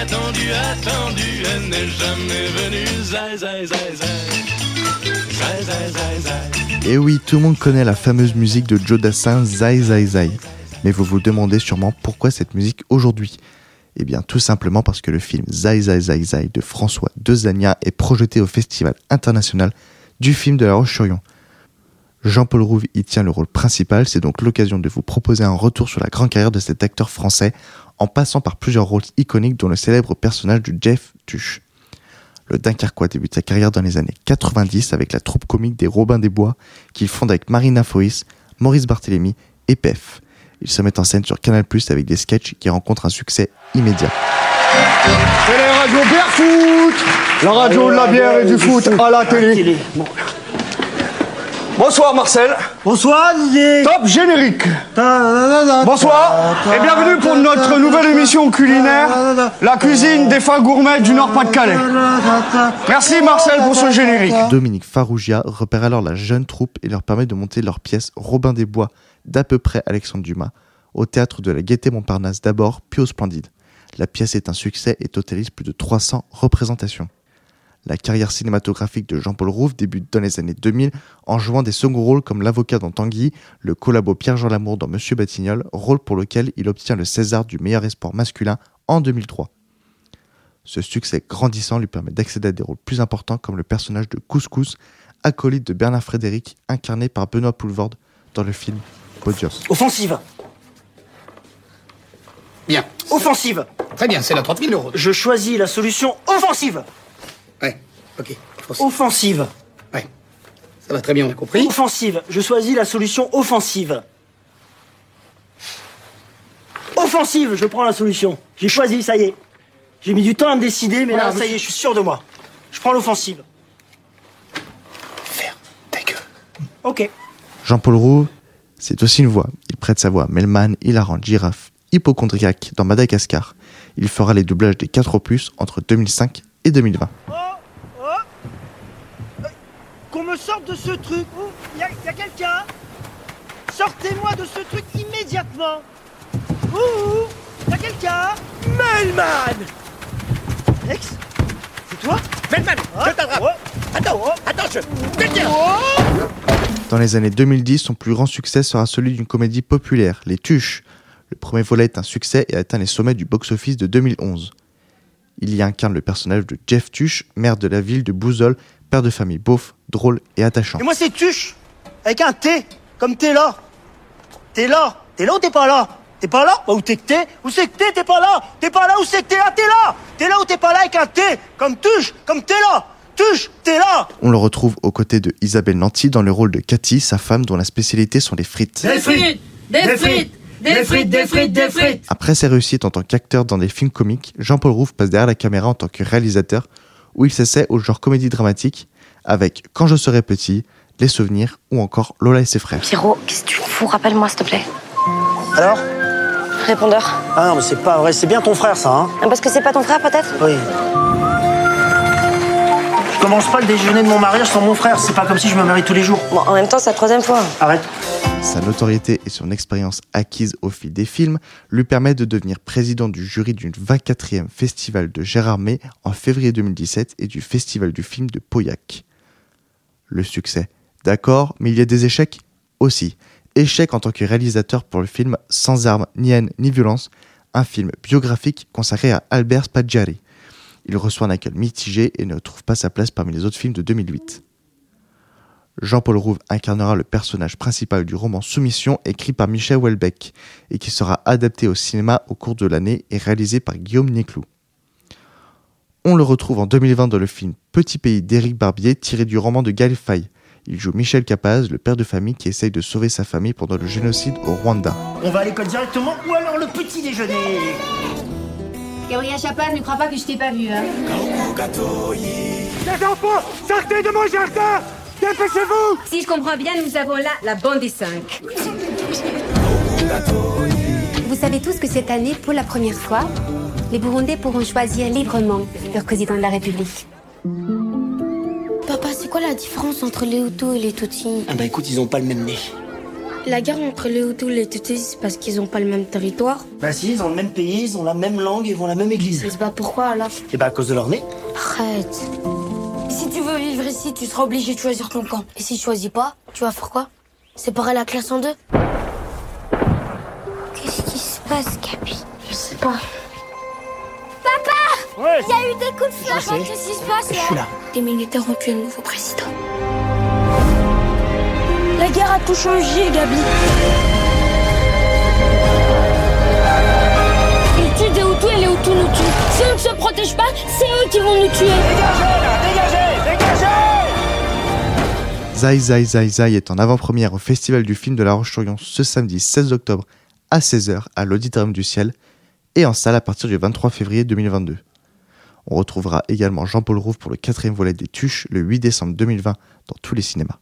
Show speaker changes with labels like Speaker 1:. Speaker 1: attendu, attendu, elle n'est jamais venue. Zai, zai, zai, zai. Zai, zai, zai, zai.
Speaker 2: Et Eh oui, tout le monde connaît la fameuse musique de Joe Dassin, Zai Zai Zai. Mais vous vous demandez sûrement pourquoi cette musique aujourd'hui Eh bien, tout simplement parce que le film Zai Zai Zai Zai de François Dezania est projeté au Festival international du film de La Roche-sur-Yon. Jean-Paul Rouve y tient le rôle principal, c'est donc l'occasion de vous proposer un retour sur la grande carrière de cet acteur français en passant par plusieurs rôles iconiques dont le célèbre personnage de Jeff Tuche. Le Dunkerquois débute sa carrière dans les années 90 avec la troupe comique des Robins des Bois qu'il fonde avec Marina Foïs, Maurice Barthélémy et Pef. Il se met en scène sur Canal+, avec des sketchs qui rencontrent un succès immédiat.
Speaker 3: C'est les radios bière foot La radio de la bière et Ah, du foot à la télé. Bonsoir Marcel.
Speaker 4: Bonsoir Didier
Speaker 3: Top générique. Bonsoir et bienvenue pour notre nouvelle émission culinaire, la cuisine des fins gourmets du Nord-Pas-de-Calais. Merci Marcel pour ce générique.
Speaker 2: Dominique Farrugia repère alors la jeune troupe et leur permet de monter leur pièce Robin des Bois d'à peu près Alexandre Dumas au théâtre de la Gaîté Montparnasse d'abord, puis au Splendide. La pièce est un succès et totalise plus de 300 représentations. La carrière cinématographique de Jean-Paul Rouve débute dans les années 2000 en jouant des seconds rôles comme l'avocat dans Tanguy, le collabo Pierre-Jean Lamour dans Monsieur Batignolles, rôle pour lequel il obtient le César du meilleur espoir masculin en 2003. Ce succès grandissant lui permet d'accéder à des rôles plus importants comme le personnage de Couscous, acolyte de Bernard Frédéric, incarné par Benoît Poulvord dans le film Podios.
Speaker 4: Offensive
Speaker 5: Bien.
Speaker 4: Offensive
Speaker 5: Très bien, c'est la 30 000 euros.
Speaker 4: Je choisis la solution offensive
Speaker 5: Ouais. Ok. Français.
Speaker 4: Offensive
Speaker 5: Ouais. Ça va très bien, on a compris.
Speaker 4: Offensive Je choisis la solution offensive Offensive Je prends la solution. J'ai choisi, ça y est. J'ai mis du temps à me décider, mais là, ça y est, je suis sûr de moi. Je prends l'offensive.
Speaker 5: Faire ta gueule.
Speaker 4: Ok.
Speaker 2: Jean-Paul Roux, c'est aussi une voix. Il prête sa voix à Melman, Hilarant, Girafe, Hypochondriaque dans Madagascar. Il fera les doublages des quatre opus entre 2005 et 2020.
Speaker 4: Oh, Euh, Qu'on me sorte de ce truc Il y a, y a quelqu'un Sortez-moi de ce truc immédiatement Ouh Il y a quelqu'un Melman Alex C'est toi
Speaker 5: Melman,
Speaker 4: Hein Oh,
Speaker 5: Attends, attends, je.
Speaker 2: Dans les années 2010, son plus grand succès sera celui d'une comédie populaire, Les Tuches. Le premier volet est un succès et atteint les sommets du box-office de 2011. Il y incarne le personnage de Jeff Tuche, maire de la ville de Bouzol, père de famille beauf, drôle et attachant.
Speaker 4: Et moi c'est Tuche Avec un T Comme t'es là T'es là T'es là ou t'es pas là T'es pas là Bah où t'es que t'es Où c'est que t'es T'es pas là T'es pas là où c'est que t'es là T'es là T'es là ou t'es pas là avec un T Comme Tuche Comme t'es là Tuche T'es là
Speaker 2: On le retrouve aux côtés de Isabelle Nanty dans le rôle de Cathy, sa femme dont la spécialité sont les frites.
Speaker 6: Des frites Des frites Des frites, des frites, des frites
Speaker 2: Après ses réussites en tant qu'acteur dans des films comiques, Jean-Paul Rouve passe derrière la caméra en tant que réalisateur, où il s'essaie au genre comédie dramatique avec Quand je serai petit, Les souvenirs ou encore Lola et ses frères.
Speaker 7: Pierrot, qu'est-ce que tu fous Rappelle-moi, s'il te plaît.
Speaker 4: Alors
Speaker 7: Répondeur.
Speaker 4: Ah non mais c'est pas vrai, c'est bien ton frère ça hein
Speaker 7: Ah, Parce que c'est pas ton frère, peut-être
Speaker 4: Oui. Je commence pas le déjeuner de mon mariage sans mon frère, c'est pas comme si je me marie tous les jours.
Speaker 7: Bon, en même temps, c'est la troisième fois.
Speaker 4: Arrête.
Speaker 2: Sa notoriété et son expérience acquise au fil des films lui permettent de devenir président du jury du 24e Festival de Gérard May en février 2017 et du Festival du film de Pauillac. Le succès, d'accord, mais il y a des échecs aussi. Échec en tant que réalisateur pour le film Sans armes, ni haine, ni violence, un film biographique consacré à Albert Spaggiari. Il reçoit un accueil mitigé et ne trouve pas sa place parmi les autres films de 2008. Jean-Paul Rouve incarnera le personnage principal du roman Soumission écrit par Michel Houellebecq et qui sera adapté au cinéma au cours de l'année et réalisé par Guillaume Niclou. On le retrouve en 2020 dans le film Petit pays d'Éric Barbier tiré du roman de Gaël Faye. Il joue Michel Capaz, le père de famille qui essaye de sauver sa famille pendant le génocide au Rwanda.
Speaker 4: On va à l'école directement ou alors le petit déjeuner.
Speaker 6: Gabriel Chapin, ne crois pas que je t'ai pas vu, hein
Speaker 3: Les enfants, sortez de mon jardin Dépêchez-vous
Speaker 6: Si je comprends bien, nous avons là la bande des cinq.
Speaker 8: Vous savez tous que cette année, pour la première fois, les Burundais pourront choisir librement leur président de la République.
Speaker 7: Papa, c'est quoi la différence entre les Hutus et les Tutsis
Speaker 5: Ah bah écoute, ils ont pas le même nez.
Speaker 9: La guerre entre les Hutus et les Tutsis, c'est parce qu'ils n'ont pas le même territoire.
Speaker 4: Bah si, ils ont le même pays, ils ont la même langue, ils vont à la même église.
Speaker 9: Je sais pas pourquoi alors.
Speaker 4: Et bah à cause de leur nez.
Speaker 9: Arrête.
Speaker 10: Si tu veux vivre ici, tu seras obligé de choisir ton camp. Et si tu choisis pas, tu vas faire quoi Séparer la classe en deux
Speaker 9: Qu'est-ce qui se passe, Capi Je sais pas.
Speaker 4: Ouais.
Speaker 10: Il y a eu des coups de flash Qu'est-ce qui se passe là
Speaker 9: Les militaires ont tué le nouveau président.
Speaker 10: La guerre a tout changé, Gabi. Ils tuent des Hutus et les Hutus nous tuent. Si on ne se protège pas, c'est eux qui vont nous tuer.
Speaker 4: Dégagez là, dégagez, dégagez
Speaker 2: Zai Zai Zai Zai est en avant-première au Festival du film de la Roche-sur-Yon ce samedi 16 octobre à 16h à l'Auditorium du Ciel et en salle à partir du 23 février 2022. On retrouvera également Jean-Paul Rouve pour le quatrième volet des Tuches le 8 décembre 2020 dans tous les cinémas.